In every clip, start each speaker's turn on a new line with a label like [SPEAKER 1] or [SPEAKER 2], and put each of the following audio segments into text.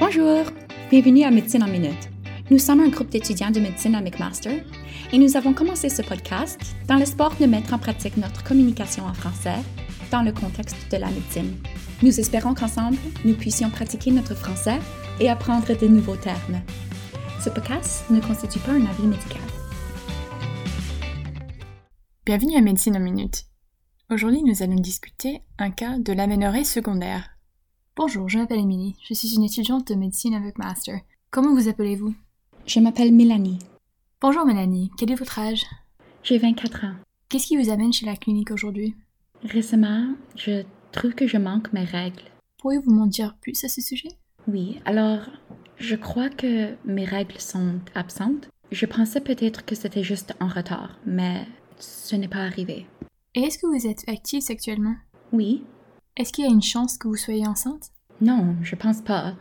[SPEAKER 1] Bonjour, bienvenue à Médecine en Minute. Nous sommes un groupe d'étudiants de médecine à McMaster et nous avons commencé ce podcast dans l'espoir de mettre en pratique notre communication en français dans le contexte de la médecine. Nous espérons qu'ensemble, nous puissions pratiquer notre français et apprendre de nouveaux termes. Ce podcast ne constitue pas un avis médical.
[SPEAKER 2] Bienvenue à Médecine en Minute. Aujourd'hui, nous allons discuter un cas de l'aménorrhée secondaire.
[SPEAKER 3] Bonjour, je m'appelle Émilie. Je suis une étudiante de médecine avec master. Comment vous appelez-vous
[SPEAKER 1] Je m'appelle Mélanie.
[SPEAKER 3] Bonjour Mélanie, quel est votre âge
[SPEAKER 1] J'ai 24 ans.
[SPEAKER 3] Qu'est-ce qui vous amène chez la clinique aujourd'hui
[SPEAKER 1] Récemment, je trouve que je manque mes règles.
[SPEAKER 3] Pourriez-vous m'en dire plus à ce sujet
[SPEAKER 1] Oui, alors, je crois que mes règles sont absentes. Je pensais peut-être que c'était juste en retard, mais ce n'est pas arrivé.
[SPEAKER 3] Et est-ce que vous êtes active sexuellement
[SPEAKER 1] Oui,
[SPEAKER 3] Est-ce qu'il y a une chance que vous soyez enceinte
[SPEAKER 1] non, je pense pas.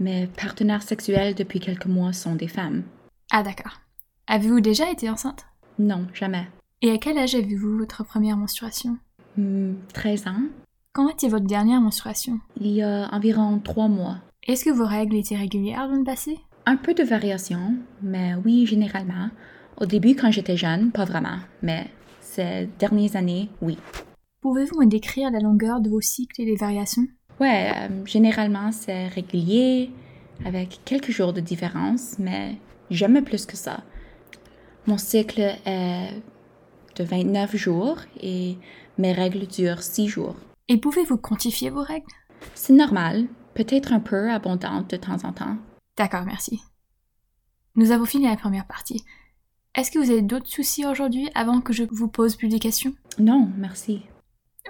[SPEAKER 1] Mes partenaires sexuels depuis quelques mois sont des femmes.
[SPEAKER 3] Ah d'accord. Avez-vous déjà été enceinte
[SPEAKER 1] Non, jamais.
[SPEAKER 3] Et à quel âge avez-vous votre première menstruation
[SPEAKER 1] Hmm, 13 ans,
[SPEAKER 3] Quand était votre dernière menstruation
[SPEAKER 1] il y a environ 3 mois.
[SPEAKER 3] Est-ce que vos règles étaient régulières dans le passé
[SPEAKER 1] Un peu de variation, mais oui, généralement. Au début, quand j'étais jeune, pas vraiment, mais ces dernières années, oui.
[SPEAKER 3] Pouvez-vous me décrire la longueur de vos cycles et les variations
[SPEAKER 1] Ouais, euh, généralement, c'est régulier, avec quelques jours de différence, mais jamais plus que ça. Mon cycle est de 29 jours et mes règles durent 6 jours.
[SPEAKER 3] Et pouvez-vous quantifier vos règles
[SPEAKER 1] C'est normal, peut-être un peu abondante de temps en temps.
[SPEAKER 3] D'accord, merci. Nous avons fini la première partie. Est-ce que vous avez d'autres soucis aujourd'hui avant que je vous pose plus des questions
[SPEAKER 1] Non, merci.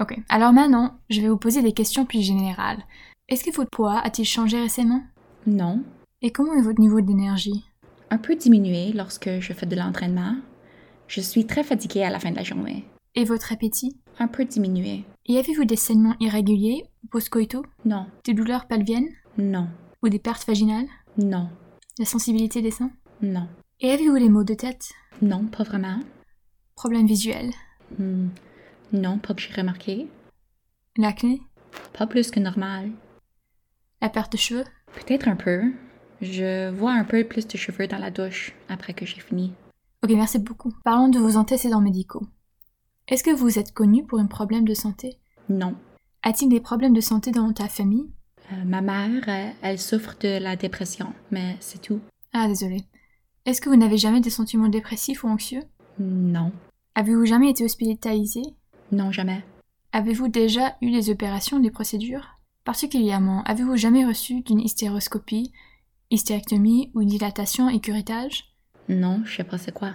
[SPEAKER 3] Ok, alors maintenant, je vais vous poser des questions plus générales. Est-ce que votre poids a-t-il changé récemment
[SPEAKER 1] Non.
[SPEAKER 3] Et comment est votre niveau d'énergie
[SPEAKER 1] Un peu diminué lorsque je fais de l'entraînement. Je suis très fatiguée à la fin de la journée.
[SPEAKER 3] Et votre appétit
[SPEAKER 1] Un peu diminué.
[SPEAKER 3] Et avez-vous des saignements irréguliers ou post-coïtaux
[SPEAKER 1] Non,
[SPEAKER 3] Des douleurs pelviennes
[SPEAKER 1] non,
[SPEAKER 3] Ou des pertes vaginales
[SPEAKER 1] non,
[SPEAKER 3] La sensibilité des seins
[SPEAKER 1] non.
[SPEAKER 3] Et avez-vous des maux de tête
[SPEAKER 1] Non, pas vraiment.
[SPEAKER 3] Problèmes visuels
[SPEAKER 1] Hmm, Non, pas que j'ai remarqué.
[SPEAKER 3] L'acné
[SPEAKER 1] Pas plus que normal.
[SPEAKER 3] La perte de cheveux
[SPEAKER 1] Peut-être un peu. Je vois un peu plus de cheveux dans la douche après que j'ai fini.
[SPEAKER 3] Ok, merci beaucoup. Parlons de vos antécédents médicaux. Est-ce que vous êtes connu pour un problème de santé
[SPEAKER 1] Non.
[SPEAKER 3] A-t-il des problèmes de santé dans ta famille
[SPEAKER 1] Euh, ma mère, euh, elle souffre de la dépression, mais c'est tout.
[SPEAKER 3] Ah, désolé. Est-ce que vous n'avez jamais des sentiments dépressifs ou anxieux
[SPEAKER 1] Non.
[SPEAKER 3] Avez-vous jamais été hospitalisé
[SPEAKER 1] Non, jamais.
[SPEAKER 3] Avez-vous déjà eu des opérations, des procédures Particulièrement, avez-vous jamais reçu d'une hystéroscopie, hystérectomie ou dilatation et curettage
[SPEAKER 1] Non, je sais pas c'est quoi.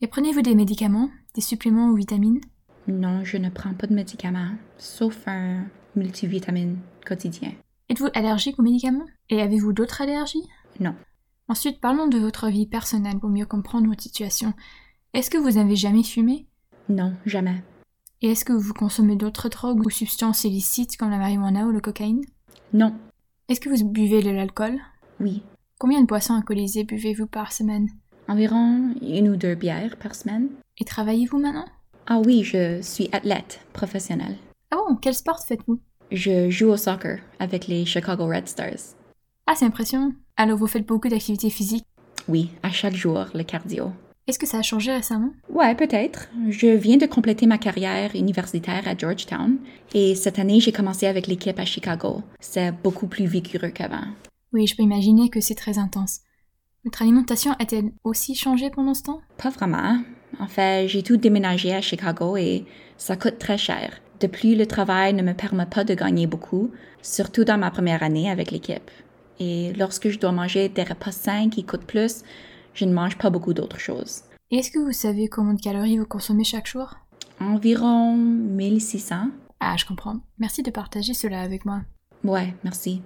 [SPEAKER 3] Et prenez-vous des médicaments, des suppléments ou vitamines
[SPEAKER 1] Non, je ne prends pas de médicaments, sauf un multivitamine quotidien.
[SPEAKER 3] Êtes-vous allergique aux médicaments Et avez-vous d'autres allergies
[SPEAKER 1] Non.
[SPEAKER 3] Ensuite, parlons de votre vie personnelle pour mieux comprendre votre situation. Est-ce que vous n'avez jamais fumé
[SPEAKER 1] Non, jamais.
[SPEAKER 3] Et est-ce que vous consommez d'autres drogues ou substances illicites comme la marijuana ou la cocaïne
[SPEAKER 1] Non.
[SPEAKER 3] Est-ce que vous buvez de l'alcool
[SPEAKER 1] Oui.
[SPEAKER 3] Combien de boissons alcoolisées buvez-vous par semaine
[SPEAKER 1] Environ une ou deux bières par semaine.
[SPEAKER 3] Et travaillez-vous maintenant
[SPEAKER 1] Ah oui, je suis athlète professionnelle.
[SPEAKER 3] Ah bon, quel sport faites-vous
[SPEAKER 1] Je joue au soccer avec les Chicago Red Stars.
[SPEAKER 3] Ah, c'est impressionnant. Alors vous faites beaucoup d'activités physiques.
[SPEAKER 1] Oui, à chaque jour, le cardio.
[SPEAKER 3] Est-ce que ça a changé récemment
[SPEAKER 1] Ouais, peut-être. Je viens de compléter ma carrière universitaire à Georgetown et cette année, j'ai commencé avec l'équipe à Chicago. C'est beaucoup plus vigoureux qu'avant.
[SPEAKER 3] Oui, je peux imaginer que c'est très intense. Votre alimentation a-t-elle aussi changé pendant ce temps
[SPEAKER 1] Pas vraiment. En fait, j'ai tout déménagé à Chicago et ça coûte très cher. De plus, le travail ne me permet pas de gagner beaucoup, surtout dans ma première année avec l'équipe. Et lorsque je dois manger des repas sains qui coûtent plus, je ne mange pas beaucoup d'autres choses.
[SPEAKER 3] Et est-ce que vous savez combien de calories vous consommez chaque jour
[SPEAKER 1] Environ 1600.
[SPEAKER 3] Ah, je comprends. Merci de partager cela avec moi.
[SPEAKER 1] Ouais, merci.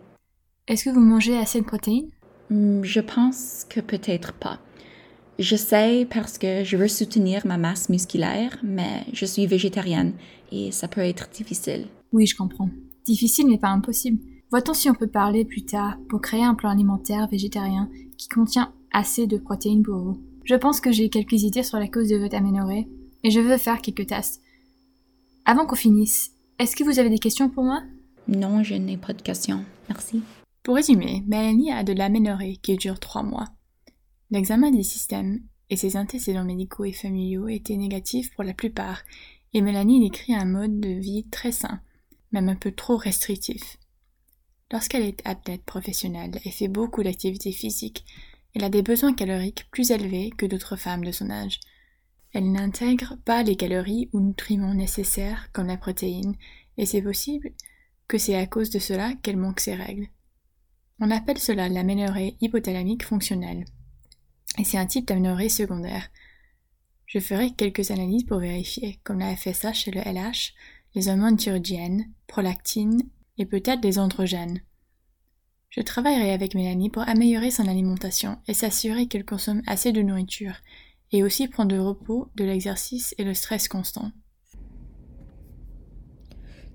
[SPEAKER 3] Est-ce que vous mangez assez de protéines
[SPEAKER 1] Hmm, Je pense que peut-être pas. Je sais parce que je veux soutenir ma masse musculaire, mais je suis végétarienne et ça peut être difficile.
[SPEAKER 3] Oui, je comprends. Difficile mais pas impossible. Voit-on si on peut parler plus tard pour créer un plan alimentaire végétarien qui contient assez de protéines pour vous Je pense que j'ai quelques idées sur la cause de votre aménorrhée et je veux faire quelques tests. Avant qu'on finisse, est-ce que vous avez des questions pour moi
[SPEAKER 1] Non, je n'ai pas de questions. Merci.
[SPEAKER 3] Pour résumer, Mélanie a de l'aménorrhée qui dure trois mois. L'examen des systèmes et ses antécédents médicaux et familiaux étaient négatifs pour la plupart, et Mélanie décrit un mode de vie très sain, même un peu trop restrictif. Lorsqu'elle est athlète professionnelle et fait beaucoup d'activités physiques, elle a des besoins caloriques plus élevés que d'autres femmes de son âge. Elle n'intègre pas les calories ou nutriments nécessaires comme la protéine, et c'est possible que c'est à cause de cela qu'elle manque ses règles. On appelle cela l'aménorrhée hypothalamique fonctionnelle, et c'est un type d'aménorrhée secondaire. Je ferai quelques analyses pour vérifier, comme la FSH et le LH, les hormones thyroïdiennes, prolactines et peut-être des androgènes. Je travaillerai avec Mélanie pour améliorer son alimentation et s'assurer qu'elle consomme assez de nourriture, et aussi prendre du repos, de l'exercice et le stress constant.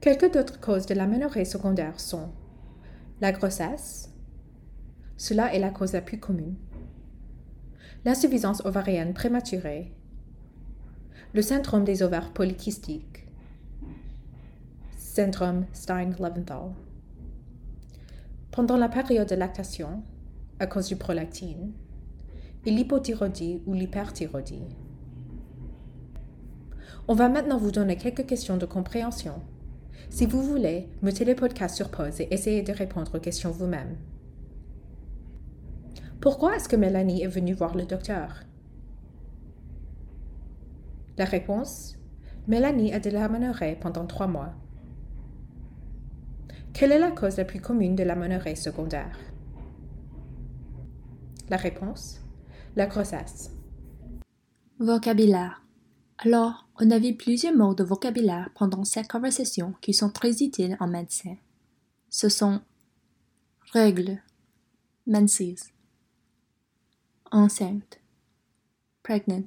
[SPEAKER 4] Quelques autres causes de l'aménorrhée secondaire sont la grossesse, cela est la cause la plus commune, l'insuffisance ovarienne prématurée, le syndrome des ovaires polykystiques, syndrome Stein-Leventhal. Pendant la période de lactation, à cause du prolactine, et l'hypothyroïdie ou l'hyperthyroïdie. On va maintenant vous donner quelques questions de compréhension. Si vous voulez, mettez le podcast sur pause et essayez de répondre aux questions vous-même. Pourquoi est-ce que Mélanie est venue voir le docteur? La réponse Mélanie a de l'aménorrhée pendant trois mois. Quelle est la cause la plus commune de l'aménorrhée secondaire? La réponse La grossesse.
[SPEAKER 5] Vocabulaire. Alors, on a vu plusieurs mots de vocabulaire pendant cette conversation qui sont très utiles en médecine. Ce sont règles, menses, enceinte, pregnant,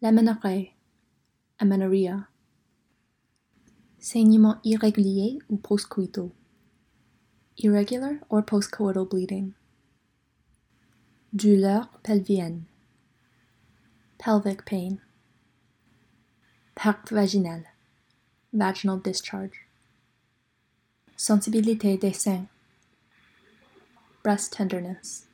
[SPEAKER 5] l'aménorrhée, amenorrhea, saignement irrégulier ou postcoital, irregular or postcoital bleeding, douleur pelvienne, pelvic pain, perte vaginale, vaginal discharge, sensibilité des seins, breast tenderness,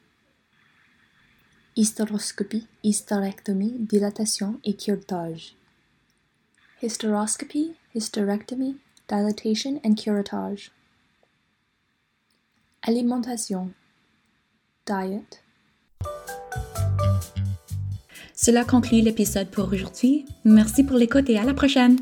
[SPEAKER 5] hystéroscopie, hysterectomie, dilatation et curettage. Hysteroscopy, hysterectomy, dilatation and curettage.
[SPEAKER 1] Alimentation. Diet. Cela conclut l'épisode pour aujourd'hui. Merci pour l'écoute et à la prochaine.